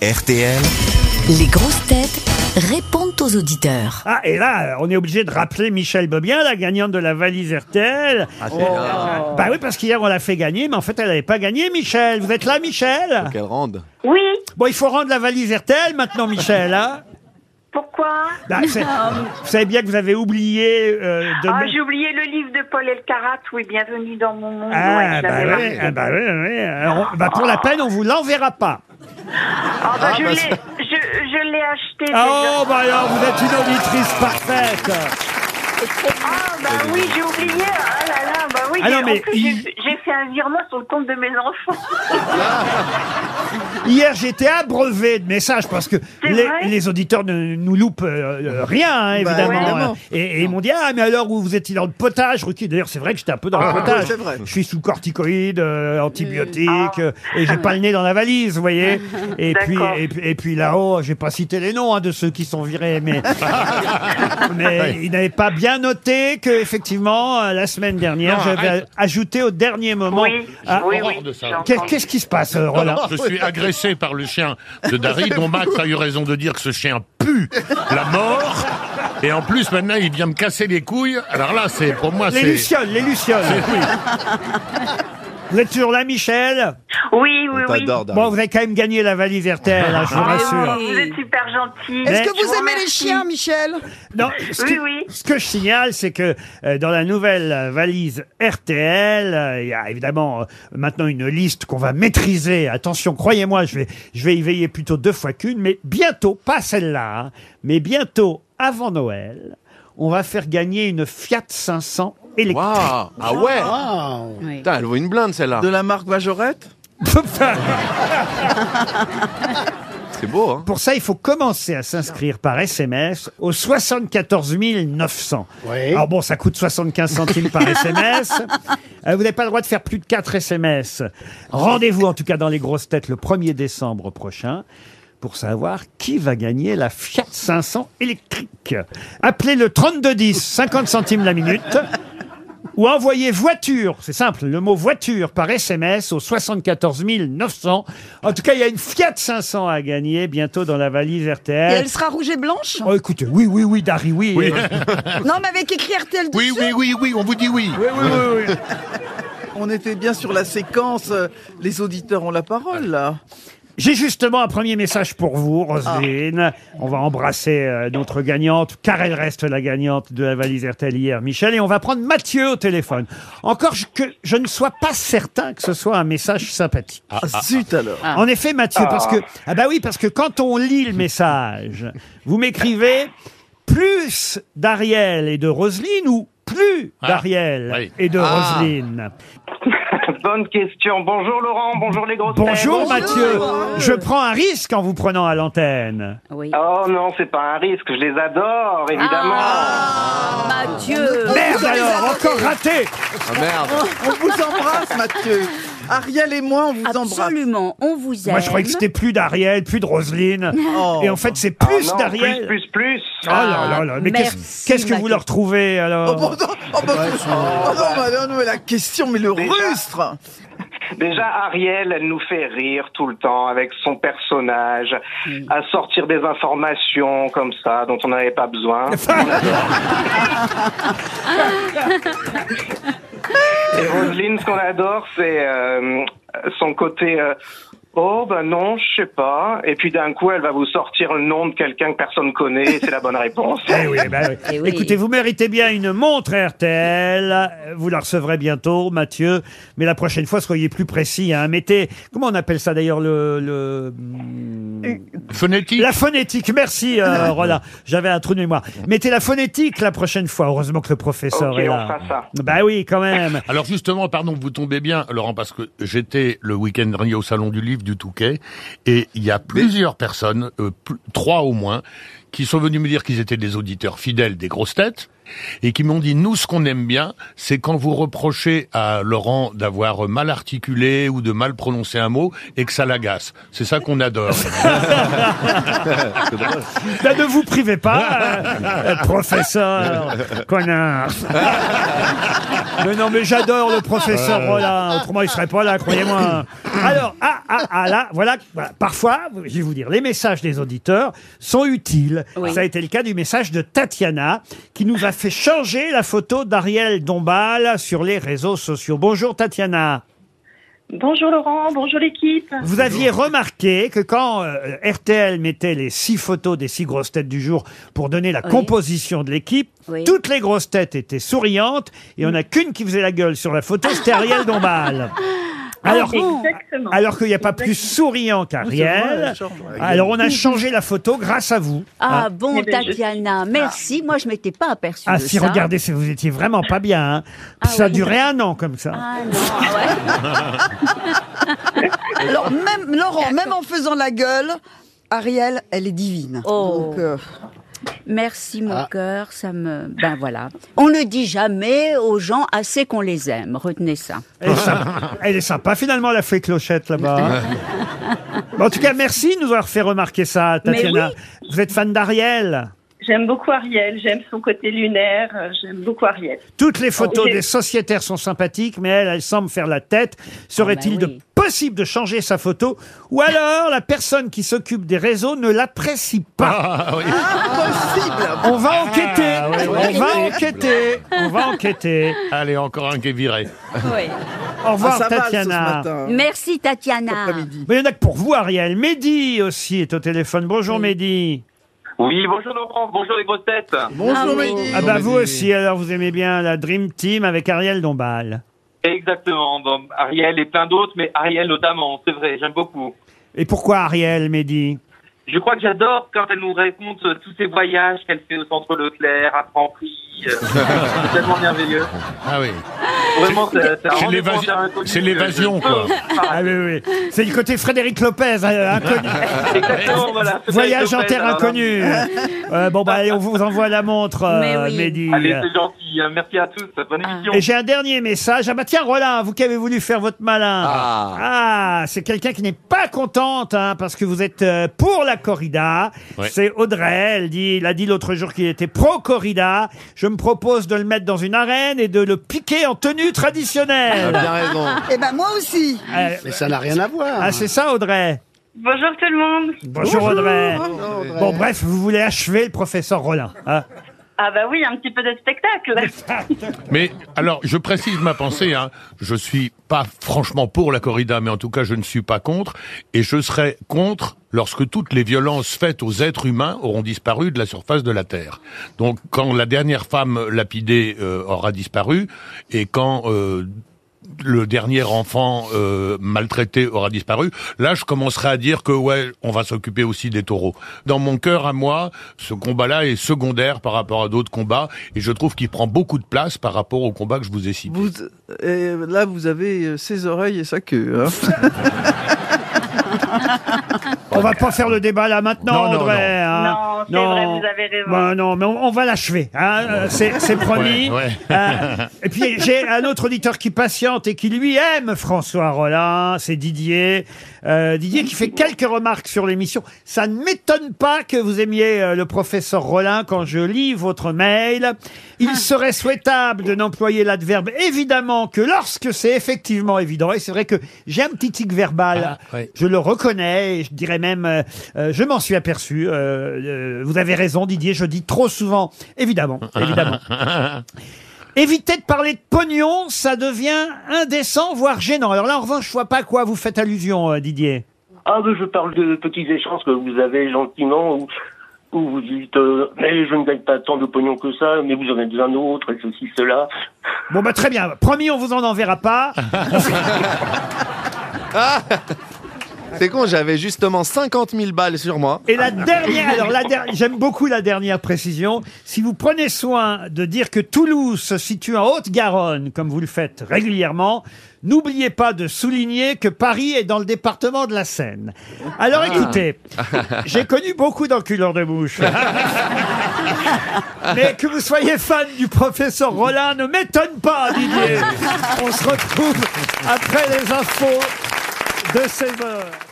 RTL. Les grosses têtes répondent aux auditeurs. Ah, et là, on est obligé de rappeler Michel Bobien, la gagnante de la valise RTL. Ah, Oh. Oh. Bah oui, parce qu'hier, on l'a fait gagner, mais en fait, elle n'avait pas gagné, Michel. Vous êtes là, Michel Qu'elle rende. Oui, Bon, il faut rendre la valise RTL maintenant, Michel. Hein pourquoi Bah, c'est- vous savez bien que vous avez oublié euh, de... Ah, me- j'ai oublié le livre de Paul Elkarat, oui, bienvenue dans mon monde. Ah, Ouais, je bah l'avais oui, marqué. ah, bah oui, oui. Alors, on- bah, pour la peine, on vous l'enverra pas. Ah, bah, je bah, l'ai- ça- je- je l'ai acheté. Ah, déjà. Oh, bah alors, vous êtes une auditrice parfaite. Ah, bah oui, j'ai oublié. Ah là là, bah oui. Ah non, j'ai- mais En plus, il- j'ai j'ai fait un virement sur le compte de mes enfants. Hier, j'étais abreuvé de messages parce que C'est les, vrai les auditeurs ne nous loupent euh, euh, rien, hein, évidemment. Bah, évidemment. Et, et ils m'ont dit Ah, mais alors, vous, vous étiez dans le potage, Ruki D'ailleurs, c'est vrai que j'étais un peu dans le potage. Ah, c'est vrai. Je suis sous corticoïdes, euh, antibiotiques, euh, et j'ai pas le nez dans la valise, vous voyez. Et puis, ah. D'accord. et, puis- et puis là-haut, j'ai pas cité les noms hein, de ceux qui sont virés, mais, mais ils n'avaient pas bien noté que, effectivement, euh, la semaine dernière, j'avais ajouté au dernier moment. ah. Oui, Ah, oui, horreur oui. de ça. j'ai qu'est- entendu. Qu'est-ce qui se passe, euh, Roland Je suis agressé par le chien de Dari, dont Max a eu raison de dire que ce chien pue la mort. Et en plus, maintenant, il vient me casser les couilles. Alors là, c'est pour moi, Les c'est. lucioles, les lucioles. c'est- oui. Vous êtes toujours là, Michel Oui, oui, oui. T'adore, Dari. Bon, vous avez quand même gagné la valise RTL, hein, je vous Ah, rassure. vous êtes super gentil. Est-ce Je que remercie. Michel Non, ce, Oui, que, oui. ce que je signale, c'est que euh, dans la nouvelle euh, valise RTL, euh, il y a évidemment euh, maintenant une liste qu'on va maîtriser. Attention, croyez-moi, je vais, je vais y veiller plutôt deux fois qu'une, mais bientôt, pas celle-là, hein, mais bientôt, avant Noël, on va faire gagner une Fiat 500 électrique. Waouh Ah ouais Oui. Putain, elle vaut une blinde celle-là. De la marque Majorette C'est beau, hein Pour ça, il faut commencer à s'inscrire par SMS au 74 900. Alors bon, ça coûte 75 centimes par SMS. Euh, vous n'avez pas le droit de faire plus de 4 SMS. Rendez-vous en tout cas dans les grosses têtes le 1er décembre prochain pour savoir qui va gagner la Fiat 500 électrique. Appelez le 3210, 50 centimes la minute. Ou envoyez voiture, c'est simple, le mot voiture par SMS au 74 900. En tout cas, il y a une Fiat 500 à gagner bientôt dans la valise Et RTL. elle sera rouge et blanche Oh, écoutez, oui, oui, oui, Dari, oui. Oui. Euh, Non, mais avec écrit RTL dessus. Oui, oui, oui, oui, on vous dit oui. On était bien sur la séquence. euh, Les auditeurs ont la parole, là. J'ai justement un premier message pour vous, Ah. Roselyne. On va embrasser euh, notre gagnante, car elle reste la gagnante de la valise RTL hier, Michel. Et on va prendre Mathieu au téléphone. Encore je- que je ne sois pas certain que ce soit un message sympathique. Ah, zut alors. En effet, Mathieu, parce que ah bah oui, parce que quand on lit le message, vous m'écrivez plus d'Ariel et de Roselyne ou plus Ah, d'Ariel oui. et de Ah. Roselyne. Bonne question. Bonjour Laurent, bonjour les grosses Bonjour, têtes. Mathieu, je prends un risque en vous prenant à l'antenne. Oui. Oh non, c'est pas un risque, je les adore, évidemment. Ah, Mathieu Merde alors, encore raté. Ah merde On vous embrasse, Mathieu. Ariel et moi, on vous embrasse. Absolument, on vous aime. Moi je croyais que c'était plus d'Ariel, plus de Roselyne. Oh. Et en fait, c'est Ah plus non, d'Ariel. Plus, plus, Oh là là là, mais qu'est-ce Merci, qu'est-ce que vous Mathieu. leur trouvez Oh, alors pardon. Oh, bah, oh, non, bah, non, non, mais la question, mais le Déjà. rustre plus. Déjà, Ariel, elle nous fait rire tout le temps avec son personnage, à sortir des informations comme ça dont on n'avait pas besoin. Et Roselyne, ce qu'on adore, c'est euh, son côté. euh, Oh ben non, je sais pas. Et puis d'un coup, elle va vous sortir le nom de quelqu'un que personne connaît. et C'est la bonne réponse. Eh oui, eh ben oui. Eh oui. Écoutez, vous méritez bien une montre RTL. Vous la recevrez bientôt, Mathieu. Mais la prochaine fois, soyez plus précis. Hein. Mettez, comment on appelle ça d'ailleurs le, le- Hmm. Phonétique. la phonétique. Merci, Ah. euh, Roland. J'avais un trou de mémoire. Mettez la phonétique la prochaine fois. Heureusement que le professeur Ok, est on là. fera ça. Bah oui, quand même. Alors justement, pardon, vous tombez bien, Laurent, parce que j'étais le week-end dernier au Salon du Livre du Touquet, et il y a plusieurs personnes, euh, pl- trois au moins, qui sont venus me dire qu'ils étaient des auditeurs fidèles des grosses têtes et qui m'ont dit nous ce qu'on aime bien c'est quand vous reprochez à Laurent d'avoir mal articulé ou de mal prononcer un mot et que ça l'agace. C'est ça qu'on adore. Ben, ne vous privez pas, euh, euh, professeur connard. Mais non, mais j'adore le professeur Rollin. Autrement, il serait pas là, croyez-moi. Alors, ah, ah, ah, là, voilà. voilà. Parfois, je vais vous dire, les messages des auditeurs sont utiles. Ça a été le cas du message de Tatiana, qui nous a fait changer la photo d'Ariel Dombal sur les réseaux sociaux. Bonjour, Tatiana. Bonjour Laurent, bonjour l'équipe. Vous aviez remarqué que quand euh, RTL mettait les six photos des six grosses têtes du jour pour donner la Oui. composition de l'équipe, Oui. Mm. toutes les grosses têtes étaient souriantes et on a qu'une qui faisait la gueule sur la photo, c'était Ariel Dombal. Ah Alors, Exactement. alors qu'il n'y a pas plus souriant qu'Ariel. Alors on a changé la photo grâce à vous. Ah hein. bon, Eh ben, je- Tatiana, merci. Moi, je m'étais pas aperçue Ah de si, ça. regardez, si vous étiez vraiment pas bien. hein. Ah ça ouais. durait un an comme ça. Ah non, ah ouais. Alors, même, Laurent, même en faisant la gueule, Ariel, elle est divine. Oh. Donc, euh, Merci mon cœur, ça me... Ben voilà. On ne dit jamais aux gens assez qu'on les aime, retenez ça. Elle est sympa, Elle est sympa, finalement, la fée clochette là-bas. Bon, en tout cas, merci de nous avoir fait remarquer ça, Mais Tatiana. Vous êtes fan d'Ariel J'aime beaucoup Ariel, j'aime son côté lunaire, euh, j'aime beaucoup Ariel. toutes les photos Oh, oui. des sociétaires sont sympathiques, mais elle, elle semble faire la tête. Serait-il Ah, bah de oui. possible de changer sa photo Ou alors, la personne qui s'occupe des réseaux ne l'apprécie pas Ah, oui. impossible On va enquêter Ah, ouais, ouais. On va enquêter On va enquêter Allez, encore un qui est viré. Au Ah, revoir, Ça va Ah, ce Tatiana. matin. Merci Tatiana. Après-midi. Mais il y en a que pour vous, Ariel. Mehdi aussi est au téléphone. Bonjour, Mehdi. Oui, bonjour Laurent, bonjour les grosses têtes. Bonjour, Bravo. Mehdi. Ah bah vous Mehdi. aussi, alors vous aimez bien la Dream Team avec Ariel Dombal. Exactement, bon, Ariel et plein d'autres, mais Ariel notamment, c'est vrai, j'aime beaucoup. Et pourquoi Ariel, Mehdi Je crois que j'adore quand elle nous raconte euh, tous ses voyages qu'elle fait au centre Leclerc, à Franprix. euh, c'est tellement merveilleux. Ah oui. Vraiment, c'est c'est un C'est rendez-vous l'évasion- vers l'inconnu. c'est l'évasion, quoi. Ah oui, oui, oui. C'est le côté Frédéric Lopez, hein, inconnu. Exactement, voilà. Peut-être Voyage en Lopez, terre alors. inconnue. Euh, bon, bah, allez, on vous envoie la montre, euh, Mais oui. Mehdi. Allez, c'est gentil. hein. Merci à tous. Bonne Ah. émission. Et j'ai un dernier message. Ah bah tiens, Roland, vous qui avez voulu faire votre malin. Ah. Ah, c'est quelqu'un qui n'est pas contente, hein, parce que vous êtes euh, pour la corrida. Ouais. C'est Audrey, elle dit, il a dit l'autre jour qu'il était pro-corrida. Je me propose de le mettre dans une arène et de le piquer en tenue T'as Ah. traditionnelle. bien raison. Eh ben, moi aussi. Euh, Mais ça n'a rien à voir. ah, c'est ça, Audrey. Bonjour tout le monde. Bonjour, Audrey. Bon, bref, vous voulez achever le professeur Rollin. hein. Ah bah oui, un petit peu de spectacle. Mais alors, je précise ma pensée. Hein. Je suis pas franchement pour la corrida, mais en tout cas, je ne suis pas contre. Et je serai contre lorsque toutes les violences faites aux êtres humains auront disparu de la surface de la Terre. Donc, quand la dernière femme lapidée euh, aura disparu, et quand euh, le dernier enfant euh, maltraité aura disparu, là je commencerai à dire que ouais, on va s'occuper aussi des taureaux. Dans mon cœur à moi, ce combat-là est secondaire par rapport à d'autres combats et je trouve qu'il prend beaucoup de place par rapport au combat que je vous ai cité. Vous, euh, là, vous avez euh, ses oreilles et sa queue. hein. On va pas faire le débat là maintenant, Non, non, Audrey. non. hein. non, c'est Non. vrai, vous avez raison. Bah non, mais on, on va l'achever. hein, euh, c'est c'est promis. Ouais, ouais. Euh, et puis j'ai un autre auditeur qui patiente et qui lui aime François Rollin, c'est Didier. Euh, Didier qui fait quelques remarques sur l'émission. Ça ne m'étonne pas que vous aimiez euh, le professeur Rollin quand je lis votre mail. Ah. Il serait souhaitable de n'employer l'adverbe évidemment que lorsque c'est effectivement évident. Et c'est vrai que j'ai un petit tic verbal. Ah, ouais. Je le reconnais, et je dirais même, euh, euh, je m'en suis aperçu. euh, euh, vous avez raison, Didier, je dis trop souvent, évidemment, Ah. évidemment. Évitez de parler de pognon, ça devient indécent, voire gênant. Alors là, en revanche, je vois pas à quoi vous faites allusion, euh, Didier. Ah, ben je parle de petits échanges que vous avez gentiment où, où vous dites euh, Mais je ne gagne pas tant de pognon que ça, mais vous en êtes un autre, et ceci, cela. Bon, bah très bien. Promis, on vous en enverra pas. C'est con, j'avais justement 50 000 balles sur moi. Et la dernière, alors la dernière, j'aime beaucoup la dernière précision. Si vous prenez soin de dire que Toulouse se situe en Haute-Garonne, comme vous le faites régulièrement, n'oubliez pas de souligner que Paris est dans le département de la Seine. Alors écoutez, j'ai connu beaucoup d'enculeurs de bouche. Mais que vous soyez fan du professeur Rollin ne m'étonne pas, Didier. On se retrouve après les infos de 16 heures.